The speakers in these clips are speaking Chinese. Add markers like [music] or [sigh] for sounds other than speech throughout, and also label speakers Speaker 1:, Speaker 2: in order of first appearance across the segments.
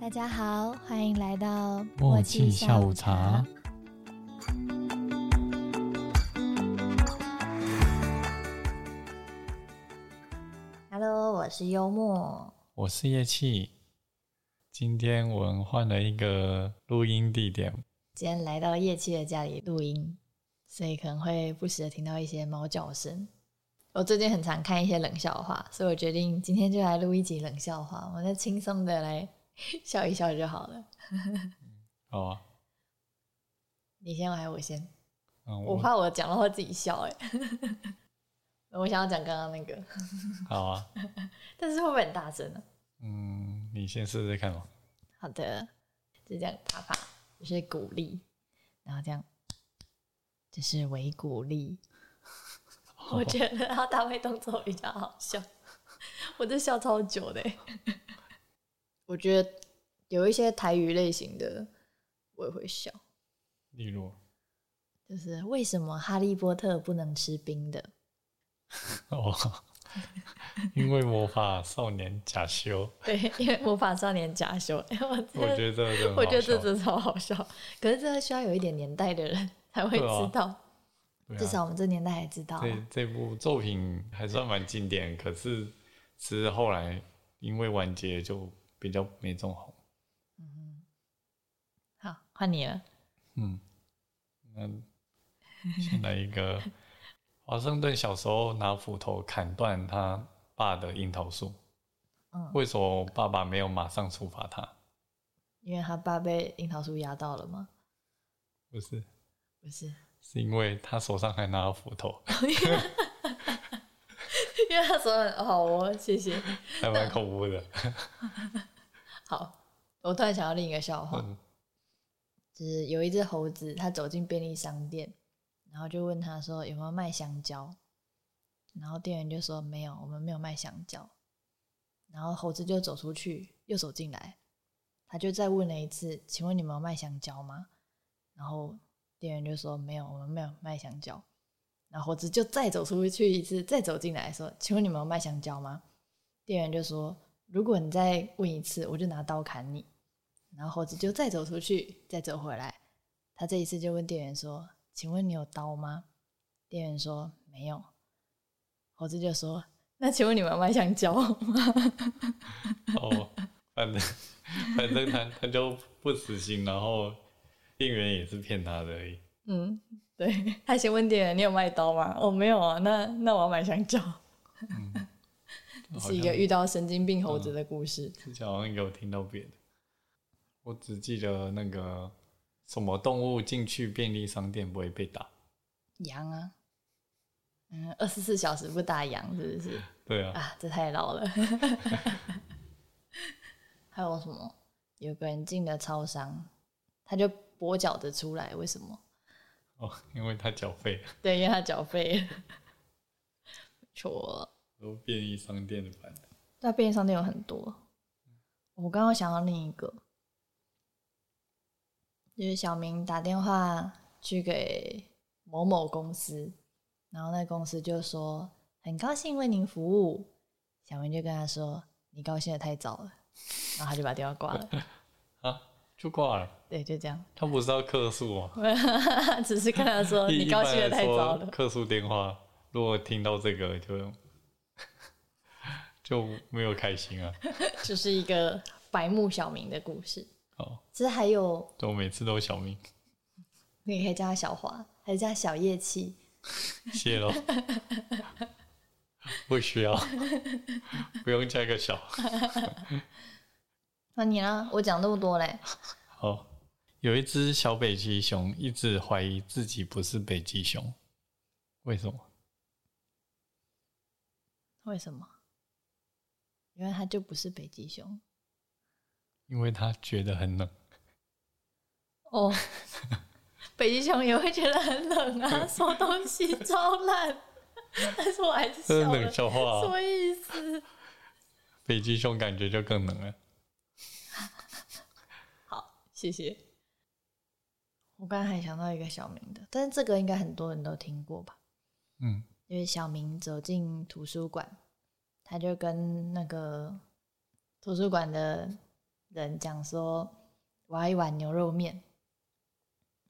Speaker 1: 大家好，欢迎来到
Speaker 2: 默契下午茶。
Speaker 1: Hello，我是幽默。
Speaker 2: 我是叶气。今天我们换了一个录音地点，
Speaker 1: 今天来到叶七的家里录音，所以可能会不时的听到一些猫叫声。我最近很常看一些冷笑话，所以我决定今天就来录一集冷笑话，我们轻松的来笑一笑就好了。 [laughs]
Speaker 2: 好啊。
Speaker 1: 你先，还是我先？
Speaker 2: 嗯，
Speaker 1: 我怕我讲的话自己笑哎、 [laughs] 我想要讲刚刚那个，
Speaker 2: 好啊。
Speaker 1: 但是会不会很大声啊呢、
Speaker 2: 嗯，你先试试看嘛。
Speaker 1: 好的，就这样啪啪，就是鼓励，然后这样，这是微鼓励。我觉得他搭配动作比较好笑，我这笑超久的欸。我觉得有一些台语类型的我也会笑，
Speaker 2: 例如，
Speaker 1: 就是为什么哈利波特不能吃冰的？ [laughs]
Speaker 2: 哦， [laughs] 因为魔法少年假
Speaker 1: [laughs]
Speaker 2: 修，
Speaker 1: 对，因为魔法少年假修，哎我真
Speaker 2: 我
Speaker 1: 的
Speaker 2: 觉得这个真的很
Speaker 1: 我觉得这
Speaker 2: 好笑
Speaker 1: 真的超好笑，可是这需要有一点年代的人才会
Speaker 2: 对啊
Speaker 1: 知道，
Speaker 2: 对啊
Speaker 1: 至少我们这年代还知道啊、
Speaker 2: 这这部作品还算蛮经典，可是其实后来因为完结就比较没中红。
Speaker 1: 嗯好，换你了。
Speaker 2: 嗯，那先来一个，华盛顿小时候拿斧头砍断他爸的樱桃树，
Speaker 1: 嗯，
Speaker 2: 为什么爸爸没有马上处罚他？
Speaker 1: 因为他爸被樱桃树压到了吗？
Speaker 2: 不是，
Speaker 1: 不 [laughs] 是，
Speaker 2: 是因为他手上还拿了斧头， [laughs]
Speaker 1: 因为他手很好哦，谢谢。
Speaker 2: 还蛮恐怖的。
Speaker 1: 好，我突然想到另一个笑话，
Speaker 2: 嗯
Speaker 1: 就是有一只猴子，它走进便利商店，然后就问他说有没有卖香蕉，然后店员就说没有，我们没有卖香蕉。然后猴子就走出去，又走进来，他就再问了一次，请问你们有卖香蕉吗？然后店员就说没有，我们没有卖香蕉。然后猴子就再走出去一次，再走进来说，请问你们有卖香蕉吗？店员就说如果你再问一次，我就拿刀砍你。然后猴子就再走出去，再走回来。他这一次就问店员说：“请问你有刀吗？”店员说：“没有。”猴子就说：“那请问你们有卖香蕉吗 [laughs]
Speaker 2: 哦，反正反正他他就不死心，然后店员也是骗他的而已。？”
Speaker 1: 嗯， [laughs] 对。他先问店员：“你有卖刀吗？”“哦，没有啊。那”那我要买香蕉。这是一个
Speaker 2: 好像
Speaker 1: 遇到神经病猴子的故事。
Speaker 2: 之前好像有听到别的，我只记得那个什么动物进去便利商店不会被打。
Speaker 1: 羊啊，嗯，二十四小时不打烊是不是？
Speaker 2: 对啊，
Speaker 1: 啊，这太老了。 [laughs] 还有什么？有个人进了超商，他就跛脚的出来，为什么？
Speaker 2: 哦，因为他缴费了，
Speaker 1: 对，因为他缴费了。没错，
Speaker 2: 都便利商店的版。
Speaker 1: 那便利商店有很多。我刚刚想到另一个，就是小明打电话去给某某公司，然后那公司就说很高兴为您服务。小明就跟他说：“你高兴的太早了。”然后他就把电话挂
Speaker 2: [laughs]
Speaker 1: 了。
Speaker 2: 啊，就挂了。
Speaker 1: 对，就这样。 [laughs]
Speaker 2: 他不是要客诉吗？
Speaker 1: 只是跟他说
Speaker 2: 一
Speaker 1: 哦你高兴的
Speaker 2: 一般来
Speaker 1: 太
Speaker 2: 说
Speaker 1: 早了。
Speaker 2: 客诉电话，如果听到这个就 [laughs] 就没有开心啊。
Speaker 1: 就是一个白目小明的故事。
Speaker 2: 哦，
Speaker 1: 其实还有，
Speaker 2: 就每次都小明，
Speaker 1: 你也可以叫他小华，还是叫他小夜气。
Speaker 2: 谢喽。 [laughs] 不需要， [laughs] 不用加个小。
Speaker 1: 那你呢？我讲那么多嘞，
Speaker 2: 好，哦有一只小北极熊一直怀疑自己不是北极熊，为什么？
Speaker 1: 为什么？因为他就不是北极熊
Speaker 2: 因为它觉得很冷。
Speaker 1: [laughs] 哦。北极熊也会觉得很冷啊，什么东 [laughs] 西超烂，但是我还是
Speaker 2: 这是
Speaker 1: 笑了
Speaker 2: 冷。笑话、
Speaker 1: 什
Speaker 2: 啊，
Speaker 1: 么意思？
Speaker 2: 北极熊感觉就更冷了。
Speaker 1: 好，谢谢。我刚才还想到一个小明的，但是这个应该很多人都听过吧？
Speaker 2: 嗯，
Speaker 1: 就是小明走进图书馆，他就跟那个图书馆的人讲说我要一碗牛肉面，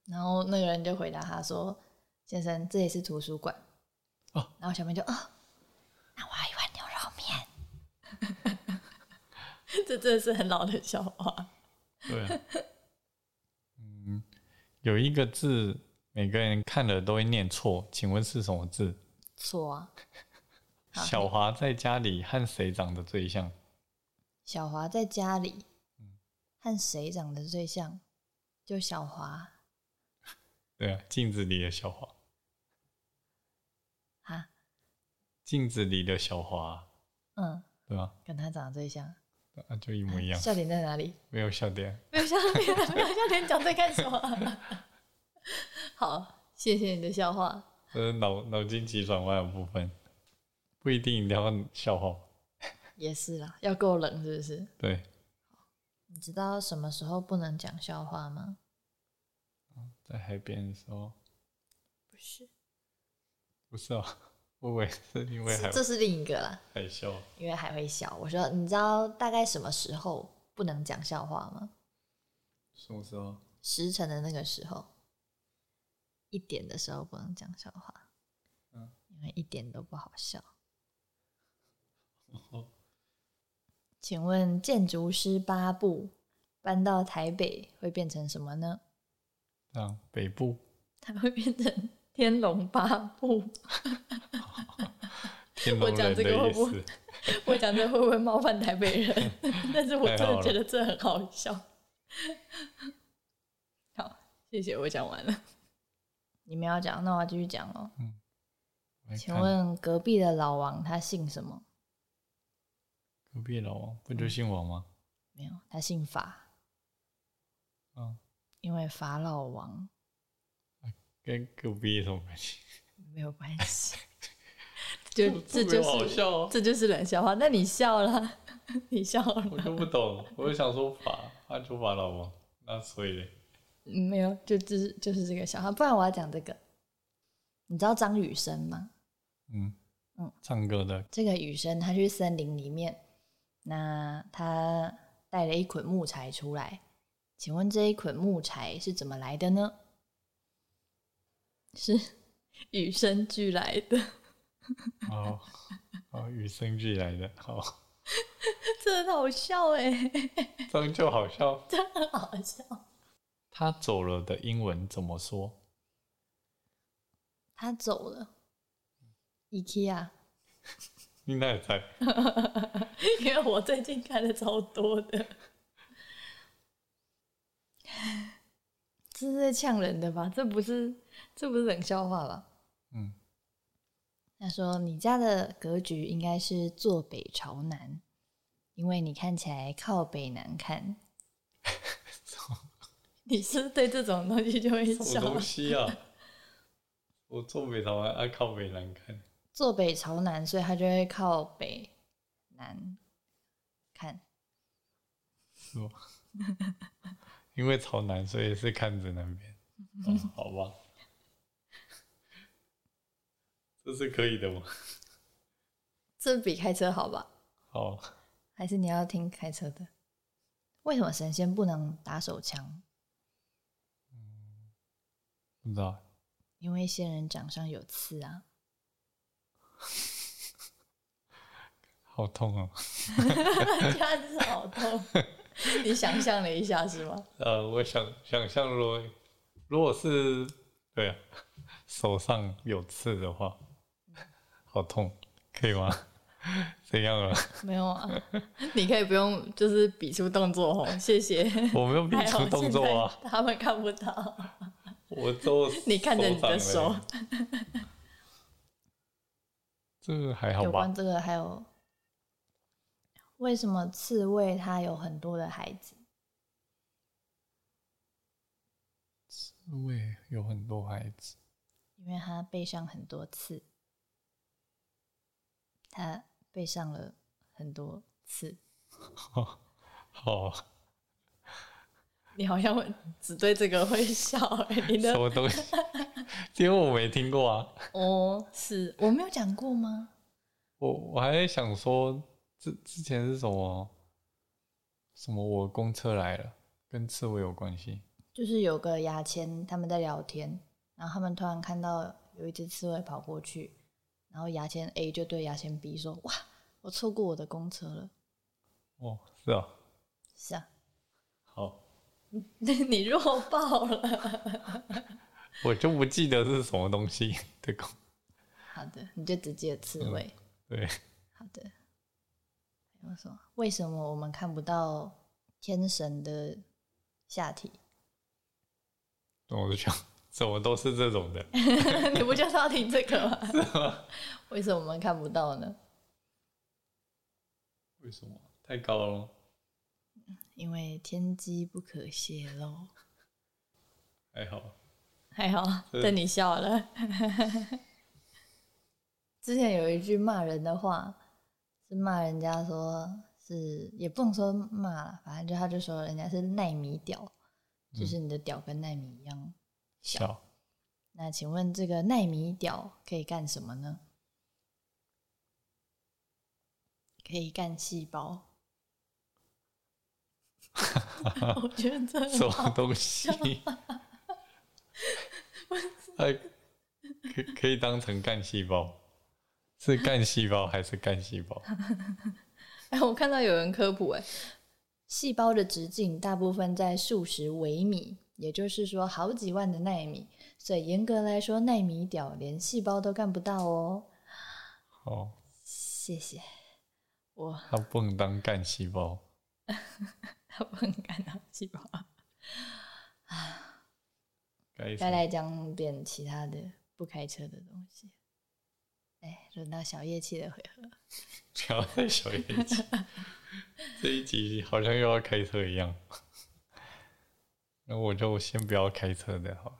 Speaker 1: 然后那个人就回答他说：“先生，这里是图书馆。”
Speaker 2: 哦，
Speaker 1: 然后小妹就啊、那我要一碗牛肉面。 [laughs] 这真的是很老的笑话。
Speaker 2: 对啊， [laughs] 嗯，有一个字每个人看了都会念错，请问是什么字？
Speaker 1: 错啊，好
Speaker 2: 小华在家里和谁长得最像？
Speaker 1: 小华在家里和谁长得最像？就小华
Speaker 2: 对啊，镜子里的小华，
Speaker 1: 啊，
Speaker 2: 镜子里的小华，
Speaker 1: 嗯，
Speaker 2: 对吧、
Speaker 1: 跟他长得最像。
Speaker 2: 啊，就一模一样，
Speaker 1: 笑点在哪里？
Speaker 2: 没有笑点。
Speaker 1: 没有笑点，没有笑点，讲在干什么、 [laughs] 好，谢谢你的笑话。
Speaker 2: 这是脑脑筋急转弯的部分，不一定一定要笑话。
Speaker 1: 也是啦，要够冷是不是？
Speaker 2: 对，
Speaker 1: 你知道什么时候不能讲笑话吗？
Speaker 2: 在海边的时候，
Speaker 1: 不是，
Speaker 2: 不是哦， [laughs] 我以为是因为海
Speaker 1: 这是另一个啦，
Speaker 2: 海啸，
Speaker 1: 因为还会笑。我说，你知道大概什么时候不能讲笑话吗？
Speaker 2: 什么时候？
Speaker 1: 时辰的那个时候，一点的时候不能讲笑话，
Speaker 2: 嗯，
Speaker 1: 因为一点都不好笑。
Speaker 2: 哦，
Speaker 1: 请问建筑师八部搬到台北会变成什么呢？
Speaker 2: 这样北部
Speaker 1: 它会变成天龙八部。
Speaker 2: 天龙人
Speaker 1: 讲这
Speaker 2: 的
Speaker 1: 个会
Speaker 2: 意
Speaker 1: 不
Speaker 2: 思。
Speaker 1: 我讲这会不会冒犯台北
Speaker 2: [laughs]
Speaker 1: 人？但是我真的觉得这很好笑。好，谢谢，我讲完了。你们要讲，那我要继续讲哦。
Speaker 2: 我来
Speaker 1: 请
Speaker 2: 哎看
Speaker 1: 问隔壁的老王他姓什么？
Speaker 2: 隔壁老王不就姓王吗？
Speaker 1: 没有，他姓法，
Speaker 2: 嗯，
Speaker 1: 因为法老王
Speaker 2: 跟隔壁有什么关系？
Speaker 1: 没有关系。就 [laughs] 这
Speaker 2: 不没
Speaker 1: 就
Speaker 2: 有好
Speaker 1: 是
Speaker 2: 笑哦，
Speaker 1: 这就是冷笑话。那你笑了， [laughs] 你笑
Speaker 2: 我
Speaker 1: 了，
Speaker 2: 就不懂，我就想说法，他就法老王，那所以嘞
Speaker 1: 嗯没有，就就是就是这个笑话。不然我要讲这个。你知道张雨生吗？
Speaker 2: 嗯
Speaker 1: 嗯，
Speaker 2: 唱歌的
Speaker 1: 这个雨生他去森林里面，那他带了一捆木柴出来，请问这一捆木柴是怎么来的呢？ [laughs] 是与生俱来的， [laughs]
Speaker 2: 哦哦，与生俱来的，哦好，
Speaker 1: 这很好笑哎，
Speaker 2: 这样就好笑。
Speaker 1: 真很 [laughs] 好笑。
Speaker 2: 他走了的英文怎么说？
Speaker 1: 他走了，IKEA，
Speaker 2: 应该也在。
Speaker 1: 因为我最近看的超多的，这是在呛人的吧？这不是这不是冷笑话吧？
Speaker 2: 嗯，
Speaker 1: 他说：“你家的格局应该是坐北朝南，因为你看起来靠北南看。你是不是对这种东西就会
Speaker 2: 什么
Speaker 1: 笑
Speaker 2: 东。
Speaker 1: [laughs]
Speaker 2: 西啊？我坐北朝南，爱靠北南看。
Speaker 1: 坐北朝南，所以他就会靠北南看。
Speaker 2: 是吗？因为朝南，所以是看着南边。 [laughs] 哦、好吧，这是可以的吗？
Speaker 1: 这比开车好吧？
Speaker 2: 好，
Speaker 1: 还是你要听开车的？为什么神仙不能打手枪？
Speaker 2: 不知道。
Speaker 1: 因为仙人掌上有刺啊。” [laughs]
Speaker 2: 好痛哦！
Speaker 1: 家真是好痛。 [laughs] 你想象了一下是吗？
Speaker 2: 呃，我想想象，如果如果是对、啊、手上有刺的话，好痛，可以吗？怎样啊？
Speaker 1: 没有啊， [laughs] 你可以不用，就是比出动作哦，谢谢。
Speaker 2: 我没有比
Speaker 1: 还好
Speaker 2: 出动作啊！
Speaker 1: 现在 [laughs] 他们看不到，
Speaker 2: 我都
Speaker 1: 你看着你的
Speaker 2: 手
Speaker 1: 手
Speaker 2: 掌。而已，这个还好
Speaker 1: 有
Speaker 2: 吧
Speaker 1: 关？这个还有，为什么刺猬它有很多的孩子？
Speaker 2: 因为有很多孩子，
Speaker 1: 因为它背上很多刺，它背上了很多刺。
Speaker 2: 好，
Speaker 1: 你好像会只对这个会笑、欸，你
Speaker 2: 什
Speaker 1: 的
Speaker 2: 么
Speaker 1: [laughs]
Speaker 2: 东西？因为我没听过啊，
Speaker 1: 哦是我没有讲过吗？
Speaker 2: 我我还在想说，之之前是什么什么我公厕来了，跟刺猬有关系。
Speaker 1: 就是有个牙签，他们在聊天，然后他们突然看到有一只刺猬跑过去，然后牙签 A 就对牙签 B 说：“哇，我错过我的公车了。
Speaker 2: 哦，是啊，”
Speaker 1: 是 [laughs] 啊，
Speaker 2: 好，
Speaker 1: 你弱爆了。
Speaker 2: 我就不记得是什么东西的公。
Speaker 1: 好的，你就只记得刺猬。
Speaker 2: 嗯对，
Speaker 1: [laughs] 好的。还有什么？为什么我们看不到天神的下体？
Speaker 2: 我就想，怎么都是这种的。
Speaker 1: 你不就是要听这个吗？为什么我们看不到呢？
Speaker 2: 为什么？太高了吗？
Speaker 1: 因为天机不可泄露。
Speaker 2: 还好，
Speaker 1: 还好，
Speaker 2: 是
Speaker 1: 但你笑了。 [laughs] 之前有一句骂人的话，是骂人家说是也不能说骂了，反正就他就说人家是奈米屌，就是你的屌跟奈米一样。
Speaker 2: 小
Speaker 1: 那请问这个奈米屌可以干什么呢？可以干细胞。 [laughs] 我觉得这
Speaker 2: 什
Speaker 1: 很
Speaker 2: 么
Speaker 1: 好
Speaker 2: 东西？哎，可可以当成干细胞？是干细胞还是干细胞？
Speaker 1: 哎，我看到有人科普哎，细胞的直径大部分在数十微米，也就是说好几万的纳米，所以严格来说，纳米屌连细胞都干不到哦。
Speaker 2: 哦，
Speaker 1: 谢谢，我 [laughs]
Speaker 2: 它不能当干细胞。
Speaker 1: 他不能干到细胞。
Speaker 2: 该
Speaker 1: 再
Speaker 2: 该
Speaker 1: 来讲点其他的不开车的东西。哎，轮到小夜气的回合，
Speaker 2: 不要再小一集，这一集好像又要开车一样。 [laughs] 那我就先不要开车的好了。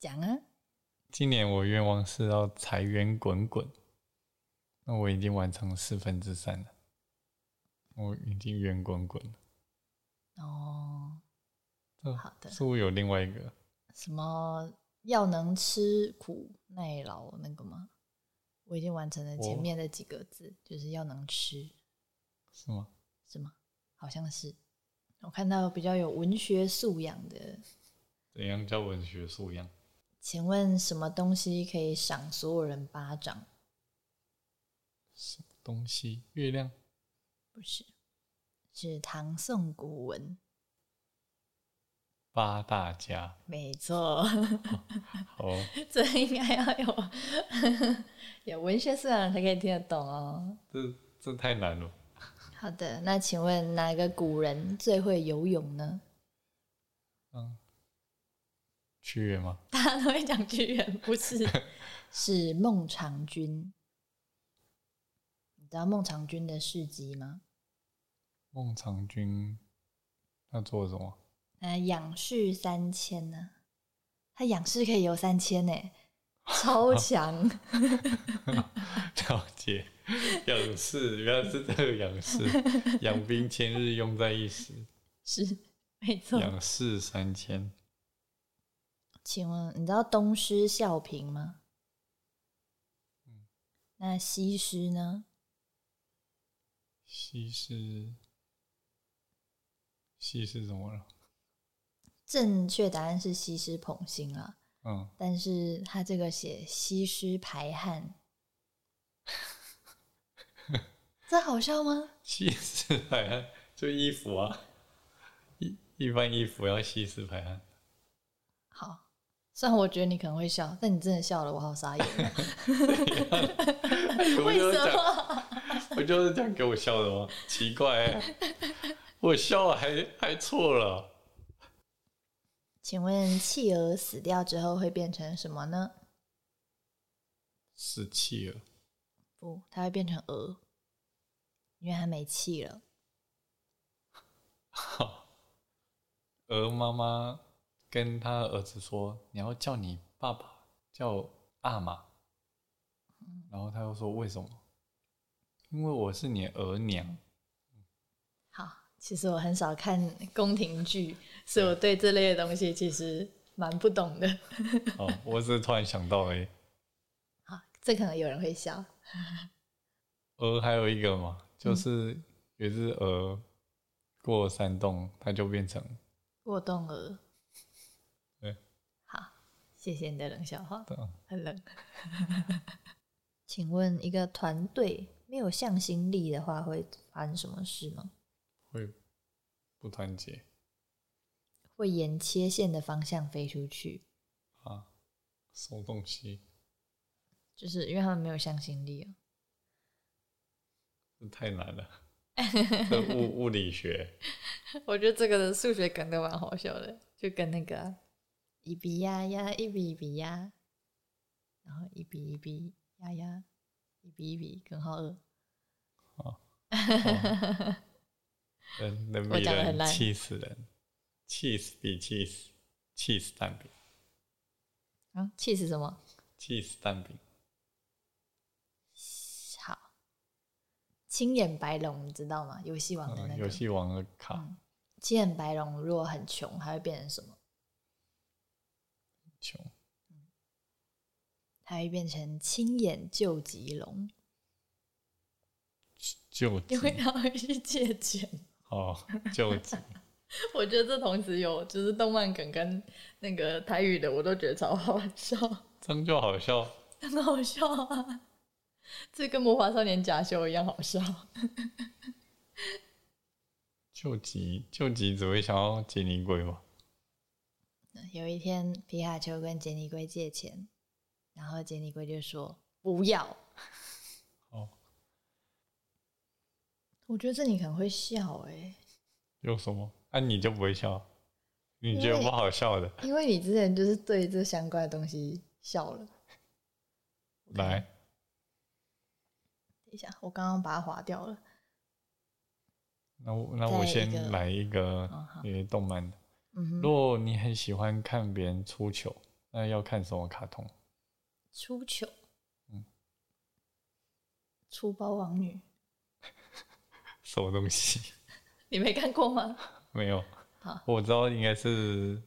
Speaker 1: 讲啊，
Speaker 2: 今年我愿望是要财源滚滚，那我已经完成四分之三了，我已经圆滚滚了。
Speaker 1: 哦，
Speaker 2: 嗯
Speaker 1: 好的
Speaker 2: 似乎有另外一个
Speaker 1: 什么要能吃苦耐劳那个吗？我已经完成了前
Speaker 2: 哦
Speaker 1: 面的几个字，就是要能吃，
Speaker 2: 是吗？
Speaker 1: 是吗？好像是。我看到比较有文学素养的，
Speaker 2: 怎样叫文学素养？
Speaker 1: 请问什么东西可以赏所有人巴掌？
Speaker 2: 什么东西？月亮？
Speaker 1: 不是，是唐宋古文，
Speaker 2: 八大家？哦
Speaker 1: 没错。
Speaker 2: 好，
Speaker 1: 这应该要有 [laughs] 有文学素养才可以听得懂哦。
Speaker 2: 这这太难了。
Speaker 1: 好的，那请问哪个古人最会游泳呢？
Speaker 2: 嗯，屈原吗？
Speaker 1: 大家都会讲屈原，不是？ [laughs] 是孟尝君。你知道孟尝君的事迹吗？
Speaker 2: 孟尝君他做了什么？ [laughs]
Speaker 1: 呃，仰视三千呢、他仰视可以游三千呢、超强。 [laughs]
Speaker 2: 了解，仰视，原来是这个仰视，养兵千日，用在一时。
Speaker 1: 是，没错。
Speaker 2: 仰视三千，
Speaker 1: 请问你知道东施效颦吗？
Speaker 2: 嗯
Speaker 1: 那西施呢？
Speaker 2: 西施，西施怎么了？
Speaker 1: 正确答案是西施捧心啦，
Speaker 2: 嗯，
Speaker 1: 但是他这个写西施排
Speaker 2: [laughs]
Speaker 1: 汗，这好笑吗？
Speaker 2: 西施排汗 [laughs] 就衣服啊，一一般衣服要西施排汗。
Speaker 1: 好，虽然我觉得你可能会笑，但你真的笑了，我好傻眼哦。
Speaker 2: [laughs] 我
Speaker 1: [laughs] 为
Speaker 2: 就是
Speaker 1: 什
Speaker 2: 讲，
Speaker 1: 么？
Speaker 2: 我就是这样给我笑的吗？奇怪、欸，我笑还还错了。
Speaker 1: [laughs] 请问企鹅死掉之后会变成什么呢？
Speaker 2: 死气了，
Speaker 1: 不，它会变成鹅，因为它没气了。
Speaker 2: 鹅妈妈跟她儿子说：“你要叫你爸爸叫阿玛。”然后他又说：“为什么？因为我是你的额娘。
Speaker 1: 好，其实我很少看宫廷剧，所以我对这类的东西其实蛮不懂的。”
Speaker 2: 哦，我只是突然想到而已。
Speaker 1: 好，这可能有人会笑，嗯
Speaker 2: 鹅还有一个嘛，就是有一只鹅过了山洞，它就变成
Speaker 1: 过冬鹅。
Speaker 2: 对，
Speaker 1: 好，谢谢你的冷笑话，
Speaker 2: 对啊
Speaker 1: 很冷。 [laughs] 请问一个团队没有向心力的话，会发生什么事吗？
Speaker 2: 会不团结
Speaker 1: 会沿切线的方向飞出去，
Speaker 2: 啊，什么东西？
Speaker 1: 就是因为他们没有向心力啊。
Speaker 2: 这太难
Speaker 1: [laughs]
Speaker 2: 了，这物物理学
Speaker 1: 我觉得这个的数学梗都蛮好笑的，就跟那个啊一比呀呀，一比一比呀，然后一比一比呀呀，一比一比根号二。 [laughs]
Speaker 2: 人能
Speaker 1: 我
Speaker 2: 比
Speaker 1: 讲得很
Speaker 2: 人
Speaker 1: 烂
Speaker 2: 气死人，气死比气死，气死蛋饼，
Speaker 1: 啊，气是什么？
Speaker 2: 气死蛋饼，
Speaker 1: 好，青眼白龙你知道吗？游戏王的哦那
Speaker 2: 嗯，
Speaker 1: 个。
Speaker 2: 游戏王的卡
Speaker 1: 嗯青眼白龙如果很穷，它会变成什么？
Speaker 2: 穷
Speaker 1: 它会变成青眼救急龙，
Speaker 2: 救急
Speaker 1: [laughs] 因为它会去借钱。
Speaker 2: 哦，
Speaker 1: [laughs]
Speaker 2: 救急，
Speaker 1: 我觉得这同时有就是动漫梗跟那个台语的，我都觉得超好笑，
Speaker 2: 这样就好笑。
Speaker 1: 很好笑啊！这跟魔法少年假修一样好笑。
Speaker 2: 救急，救急只会想要解你鬼吧？
Speaker 1: [laughs] 有一天，皮卡丘跟杰尼龟借钱，然后杰尼龟就说不要。
Speaker 2: 哦，
Speaker 1: 我觉得这你可能会笑哎、
Speaker 2: 有什么？那、啊、你就不会笑，你觉
Speaker 1: 因
Speaker 2: 得
Speaker 1: 为
Speaker 2: 不好笑的，
Speaker 1: 因为你之前就是对这相关的东西笑了。我看看
Speaker 2: 来
Speaker 1: 等一下，我刚刚把它划掉了。
Speaker 2: 那我那
Speaker 1: 再
Speaker 2: 我
Speaker 1: 一个
Speaker 2: 先来一个
Speaker 1: 哦好
Speaker 2: 也动漫的。
Speaker 1: 嗯
Speaker 2: 如
Speaker 1: 哼，
Speaker 2: 果你很喜欢看别人出糗，那要看什么卡通？
Speaker 1: 出糗。
Speaker 2: 嗯
Speaker 1: 出包王女，
Speaker 2: 什么东西？
Speaker 1: [laughs] 你没看过吗？
Speaker 2: [laughs] 没有
Speaker 1: 好，
Speaker 2: 我知道应该是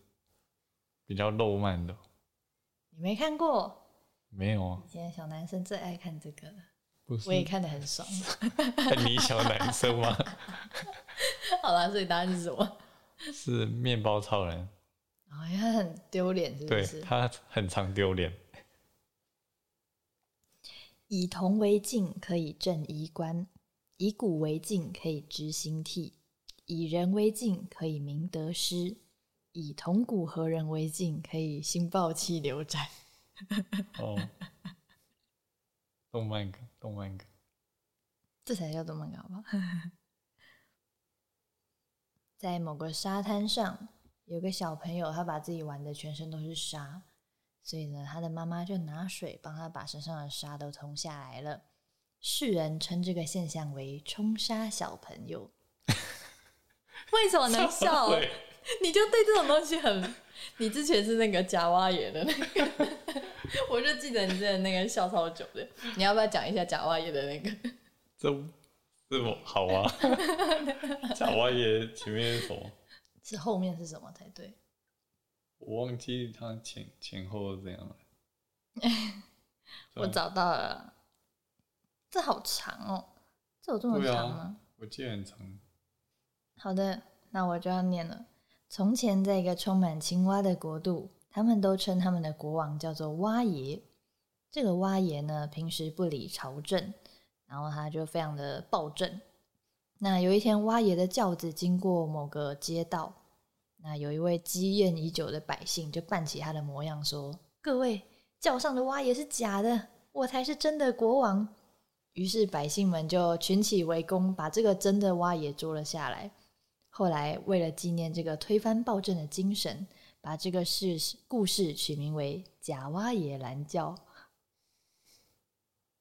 Speaker 2: 比较肉漫的，
Speaker 1: [laughs] 你没看过？
Speaker 2: 没有啊，
Speaker 1: 以前小男生最爱看这个了，
Speaker 2: 不是
Speaker 1: 我也看得很爽。 [laughs]
Speaker 2: 你小男生吗？
Speaker 1: 好啦，所以答案是什 [laughs] 么？
Speaker 2: 是面包超人，
Speaker 1: 好像很丢脸，是不
Speaker 2: 对
Speaker 1: 是？
Speaker 2: 他很常丢脸，
Speaker 1: 以铜为镜，可以正衣冠；以古为镜，可以知兴替；以人为镜，可以明得失；以铜鼓和人为镜，可以心抱气流转。 [laughs]
Speaker 2: 哦，动漫梗，动漫梗，
Speaker 1: 这才叫动漫好 [laughs] 吧？在某个沙滩上，有个小朋友，他把自己玩的全身都是沙，所以呢，他的妈妈就拿水帮他把身上的沙都冲下来了。世人称这个现象为“冲沙小朋友”。为什么能笑？哦
Speaker 2: 对，
Speaker 1: 你就对这种东西很……你之前是那个假蛙爷的那个， [laughs] 我就记得你之前那个笑超久的。你要不要讲一下假蛙爷的那个？
Speaker 2: 这这我好
Speaker 1: [laughs]
Speaker 2: 啊，假蛙爷前面是什么？
Speaker 1: 是后面是什么才对？
Speaker 2: 我忘记他前前后是怎样了。
Speaker 1: [laughs]
Speaker 2: 啊
Speaker 1: 我找到了，这好长哦，这有这么
Speaker 2: 对啊
Speaker 1: 长吗？
Speaker 2: 我记得很长，
Speaker 1: 好的，那我就要念了。从前，在一个充满青蛙的国度，他们都称他们的国王叫做蛙爷。这个蛙爷呢，平时不理朝政，然后他就非常的暴政。那有一天，蛙爷的轿子经过某个街道，那有一位积怨已久的百姓就扮起他的模样说：“各位，轿上的蛙爷是假的，我才是真的国王。”于是百姓们就群起围攻，把这个真的蛙爷捉了下来。后来，为了纪念这个推翻暴政的精神，把这个事故事取名为《假蛙野蓝教》，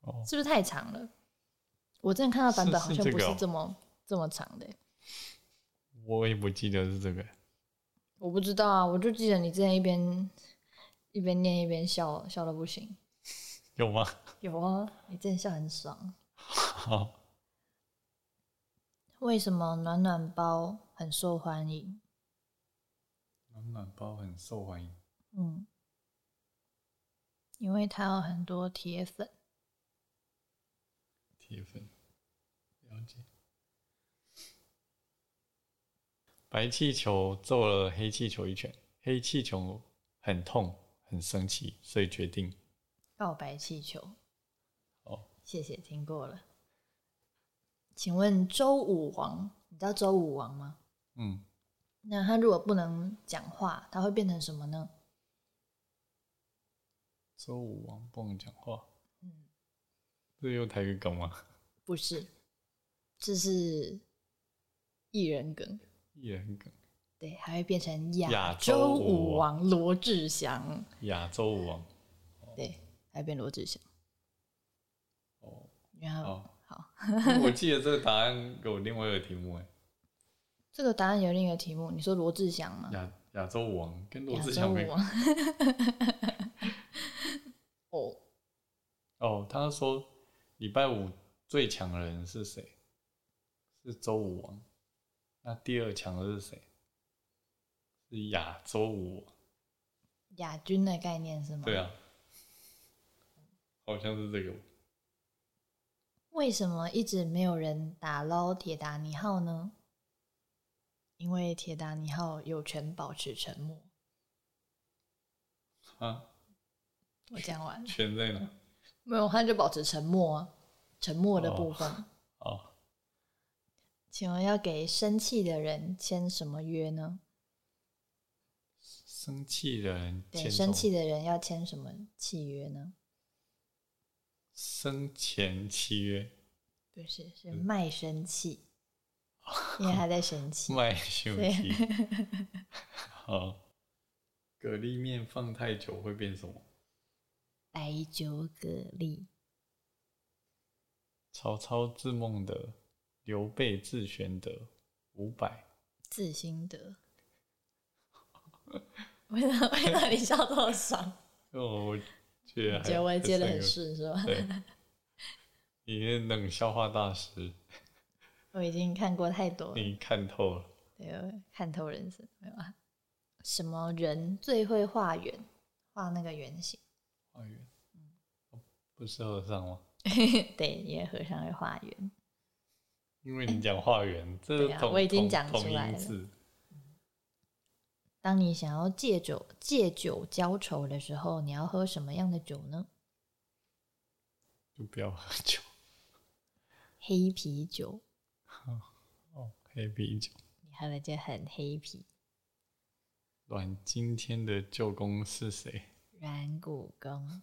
Speaker 2: 哦，
Speaker 1: 是不是太长了？我真的看到版本好
Speaker 2: 是是
Speaker 1: 像
Speaker 2: 这
Speaker 1: 不
Speaker 2: 个
Speaker 1: 是
Speaker 2: 哦
Speaker 1: 这么这么长的欸、
Speaker 2: 我也不记得是这个。
Speaker 1: 我不知道啊，我就记得你之前一边一边念一边笑笑的不行。
Speaker 2: 有吗？
Speaker 1: 有啊，你之前笑很爽。
Speaker 2: 好，
Speaker 1: 为什么暖暖包很受欢迎？
Speaker 2: 暖暖包很受欢迎，
Speaker 1: 嗯，因为它有很多铁粉。
Speaker 2: 铁粉，了解。白气球揍了黑气球一拳，黑气球很痛，很生气，所以决定
Speaker 1: 告白气球。
Speaker 2: 哦，
Speaker 1: 谢谢，听过了。请问周武王，你知道周武王吗？
Speaker 2: 嗯，
Speaker 1: 那他如果不能讲话，他会变成什么呢？
Speaker 2: 周武王不能讲话，
Speaker 1: 嗯，
Speaker 2: 这又台语梗吗？
Speaker 1: 不是，这是艺人梗，
Speaker 2: 艺人梗，
Speaker 1: 对，还会变成
Speaker 2: 亚
Speaker 1: 亚
Speaker 2: 洲
Speaker 1: 洲
Speaker 2: 舞
Speaker 1: 舞
Speaker 2: 王
Speaker 1: 王罗志祥，
Speaker 2: 亚洲武王 [laughs]
Speaker 1: 对，还会变罗志祥。
Speaker 2: 哦。
Speaker 1: 然后、
Speaker 2: 哦
Speaker 1: 好，
Speaker 2: 我记得这个答案有另外一个题目哎，
Speaker 1: 这个答案有另一个题目，你说罗志祥吗？
Speaker 2: 亚亚洲武王跟罗
Speaker 1: 亚
Speaker 2: 志
Speaker 1: 洲
Speaker 2: 祥没
Speaker 1: 舞
Speaker 2: 关
Speaker 1: 王。 [laughs]
Speaker 2: [laughs]
Speaker 1: 哦，
Speaker 2: 哦，他说礼拜五最强的人是谁？是周武王。那第二强的是谁？是亚洲武王。
Speaker 1: 亚军的概念是吗？
Speaker 2: 对啊，好像是这个。
Speaker 1: 为什么一直没有人打捞铁达尼号呢？因为铁达尼号有权保持沉默。 [laughs]
Speaker 2: 啊，
Speaker 1: 我讲完了，
Speaker 2: 全在哪？
Speaker 1: 没有，他就保持沉默啊，沉默的部分。
Speaker 2: 哦，
Speaker 1: 请问要给生气的人签什么约呢？
Speaker 2: 生气的人
Speaker 1: 对，
Speaker 2: 牵
Speaker 1: 生
Speaker 2: 手
Speaker 1: 气的人要签什么契约呢？
Speaker 2: 生前契约，
Speaker 1: 不是，是卖身契，
Speaker 2: 嗯
Speaker 1: 因为他在生
Speaker 2: [laughs]
Speaker 1: 气。
Speaker 2: 卖休
Speaker 1: 对
Speaker 2: 息。 [laughs] 好，蛤蜊面放太久会变什么？
Speaker 1: 白酒蛤蜊，
Speaker 2: 曹操、自孟德、刘备、自玄德、伍佰。
Speaker 1: 自心得。 [laughs] 为了为了你笑这么爽，
Speaker 2: 哦，我觉得还
Speaker 1: 结尾接的
Speaker 2: 还
Speaker 1: 很
Speaker 2: 算
Speaker 1: 顺是吧
Speaker 2: 有？对，啊你是冷笑话大师，
Speaker 1: [laughs] 我已经看过太多了，
Speaker 2: 你看透了。
Speaker 1: 对，我看透人生没有啊？什么人最会画圆？画那个圆形，
Speaker 2: 花园，哦不是和尚吗？
Speaker 1: 对，因为和尚会画圆。
Speaker 2: 因为你讲化缘，这是
Speaker 1: 对啊
Speaker 2: 同
Speaker 1: 我已经
Speaker 2: 同
Speaker 1: 讲
Speaker 2: 同
Speaker 1: 出来
Speaker 2: 音
Speaker 1: 了
Speaker 2: 字
Speaker 1: 当你想要借酒借酒浇愁的时候，你要喝什么样的酒呢？
Speaker 2: 就不要喝酒
Speaker 1: 黑啤酒，
Speaker 2: 哦，黑啤酒。
Speaker 1: 你喝了就很黑啤。
Speaker 2: 阮今天的舅公是谁？
Speaker 1: 软骨羹，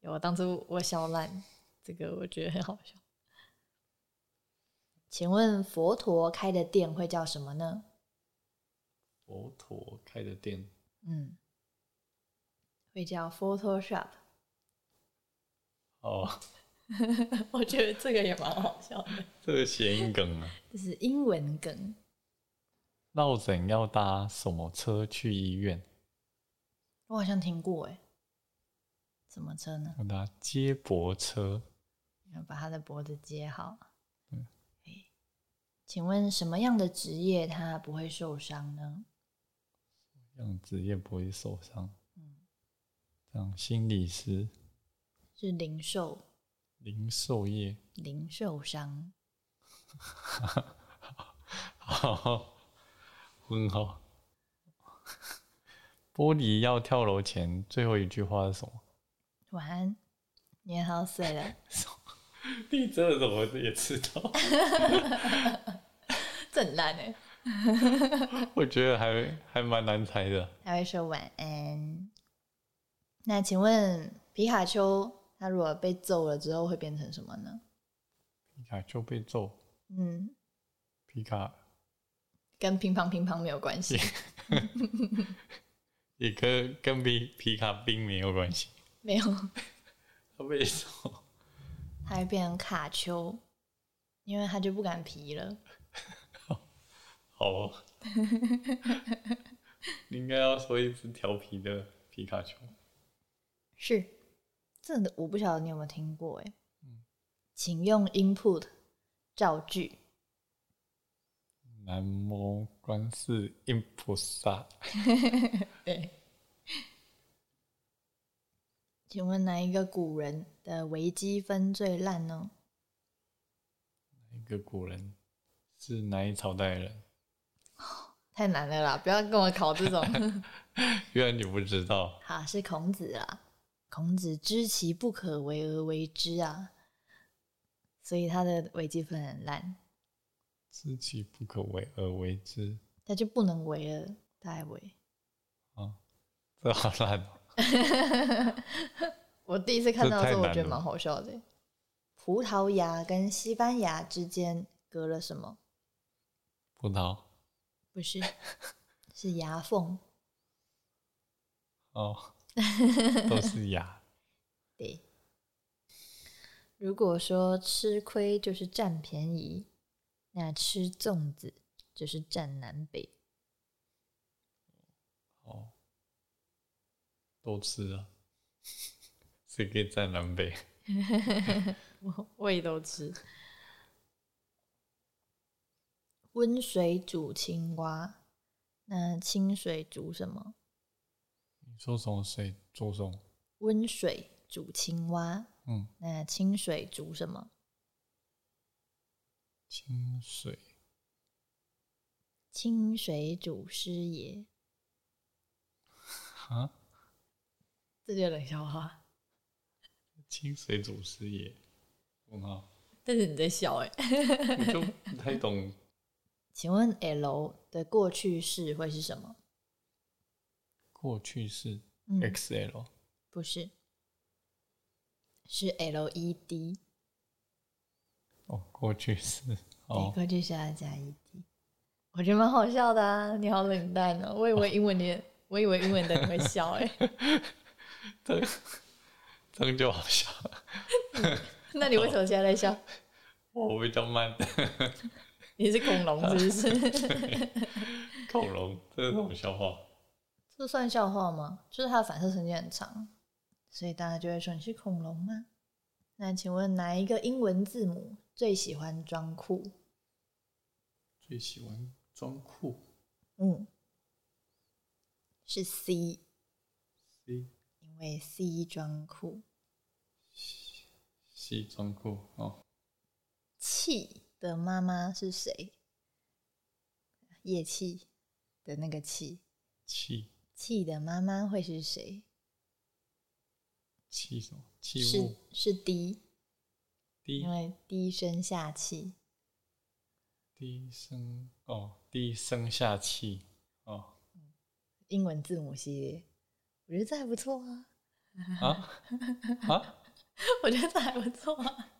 Speaker 1: 有我当初我笑烂，这个我觉得很好笑。请问佛陀开的店会叫什么呢？
Speaker 2: 佛陀开的店，
Speaker 1: 嗯，会叫 Photoshop。
Speaker 2: [laughs] 哦，
Speaker 1: [laughs] 我觉得这个也蛮好笑的，
Speaker 2: 这个谐音梗啊。
Speaker 1: 这是英文梗。
Speaker 2: 落枕要搭什么车去医院？
Speaker 1: 我好像听过哎，什么车呢？
Speaker 2: 要搭接驳车。
Speaker 1: 要把他的脖子接好。
Speaker 2: 嗯
Speaker 1: 诶，请问什么样的职业他不会受伤呢？
Speaker 2: 样子也不会受伤。
Speaker 1: 嗯
Speaker 2: 这样心理师、
Speaker 1: 是零售
Speaker 2: 零售业，
Speaker 1: 零售商。
Speaker 2: 好，很好。 [laughs] 玻璃要跳楼前最后一句话是什么？
Speaker 1: 晚安，你也好睡了。
Speaker 2: 你这怎么也知道？
Speaker 1: [laughs] 这很烂哎，
Speaker 2: [laughs] 我觉得还还蛮难猜的。
Speaker 1: 他会说晚安。那请问皮卡丘他如果被揍了之后会变成什么呢？
Speaker 2: 皮卡丘被揍，
Speaker 1: 嗯，
Speaker 2: 皮卡
Speaker 1: 跟乒乓乒乓没有关系。
Speaker 2: 也跟跟皮皮卡兵没有关系。
Speaker 1: 没有，
Speaker 2: 他被揍，
Speaker 1: 它会变成卡丘，因为它就不敢皮了。
Speaker 2: 好、哦。你应该要说一只调皮的皮卡丘。
Speaker 1: 是，这我不晓得你有没有听过哎。
Speaker 2: 嗯
Speaker 1: 请用 input 造句。
Speaker 2: 南无观世音菩萨，
Speaker 1: 对。请问哪一个古人的微积分最烂呢？
Speaker 2: 一个古人是哪一朝代人？
Speaker 1: 太难了啦，不要跟我考这种。 [laughs]
Speaker 2: 原来你不知道，
Speaker 1: 好，是孔子啦。孔子知其不可为而为之啊，所以他的微积分很烂，
Speaker 2: 知其不可为而为之
Speaker 1: 他就不能为了，他还为。
Speaker 2: 啊，这好烂哦、
Speaker 1: 我第一次看到的时候，
Speaker 2: 这太难了
Speaker 1: 我觉得蛮好笑的。葡萄牙跟西班牙之间隔了什么？
Speaker 2: 葡萄
Speaker 1: 不是， [laughs] 是牙缝。
Speaker 2: 哦，都是牙，
Speaker 1: 对。如果说吃亏就是占便宜，那吃粽子就是占南北。
Speaker 2: 哦，都吃了，谁可以占南北？
Speaker 1: 我 [laughs] 我也都吃。温水煮青蛙，那清水煮什么？
Speaker 2: 你说什么水做什么？
Speaker 1: 温水煮青蛙，
Speaker 2: 嗯，
Speaker 1: 那清水煮什么？
Speaker 2: 清水
Speaker 1: 清水煮师爷，
Speaker 2: 啊，
Speaker 1: 这就冷笑话。
Speaker 2: 清水祖师爷，问号，
Speaker 1: 但是你在笑哎、
Speaker 2: 我就不太懂
Speaker 1: 请问 L 的过去式会是什么？
Speaker 2: 过去式
Speaker 1: 嗯，
Speaker 2: XL
Speaker 1: 不是，是 E LED。
Speaker 2: 哦，过去式
Speaker 1: 你
Speaker 2: [laughs] 哦，
Speaker 1: 过去是要加 ED，我觉得蛮好笑的啊！你好冷淡哦，我以为英文你，我以为英文的你会笑哎、
Speaker 2: 这这样就好笑，
Speaker 1: 那你为什么现在在笑？
Speaker 2: 我比较慢，
Speaker 1: 你是恐龙是不 [laughs] 是？
Speaker 2: [laughs] 恐龙这是什么笑话？
Speaker 1: 这算笑话吗？就是它的反射神经很长，所以大家就会说你是恐龙吗？那请问哪一个英文字母最喜欢装酷？
Speaker 2: 最喜欢装酷
Speaker 1: 嗯，是 C，因
Speaker 2: C
Speaker 1: 为 C 装酷。
Speaker 2: 西装裤哦，
Speaker 1: 气的妈妈是谁？夜气的那个气，
Speaker 2: 气
Speaker 1: 气的妈妈会是谁？
Speaker 2: 气什么？气
Speaker 1: 是
Speaker 2: 雾
Speaker 1: 是低，
Speaker 2: 低
Speaker 1: 因为低声下气。
Speaker 2: 低声哦，低声下气哦
Speaker 1: 英文字母系列，我觉得这还不错啊，
Speaker 2: [laughs] 啊啊！
Speaker 1: [laughs] 我觉得这还不错啊。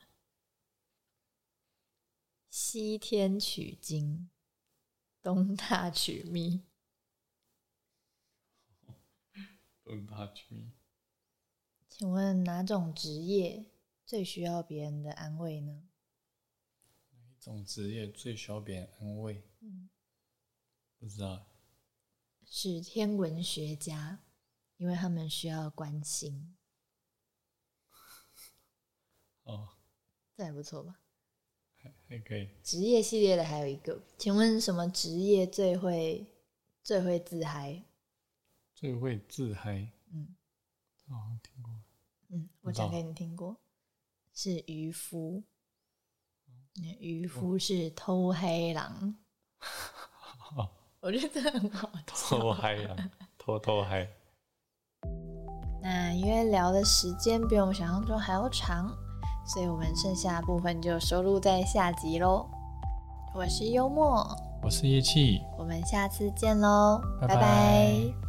Speaker 1: 西天取经，东大取蜜，
Speaker 2: Don't touch me！
Speaker 1: 请问哪种职业最需要别人的安慰呢？
Speaker 2: 一种职业最需要别人安慰，
Speaker 1: 嗯，
Speaker 2: 不知道
Speaker 1: 是天文学家，因为他们需要关心。
Speaker 2: 哦，
Speaker 1: 这还不错吧？
Speaker 2: 还还可以。
Speaker 1: 职业系列的还有一个，请问什么职业最会最会自嗨？
Speaker 2: 最会自嗨，
Speaker 1: 嗯
Speaker 2: 这好像听过。
Speaker 1: 嗯，
Speaker 2: 不
Speaker 1: 我
Speaker 2: 知道
Speaker 1: 讲给你听过，是渔夫。那
Speaker 2: 嗯
Speaker 1: 渔夫是偷黑狼，我觉得这很好笑。
Speaker 2: [laughs] 偷嗨啊，偷偷嗨。
Speaker 1: 那因为聊的时间比我们想象中还要长，所以我们剩下的部分就收录在下集喽。我是幽默。
Speaker 2: 我是叶气。
Speaker 1: 我们下次见喽，
Speaker 2: 拜
Speaker 1: 拜
Speaker 2: 拜
Speaker 1: 拜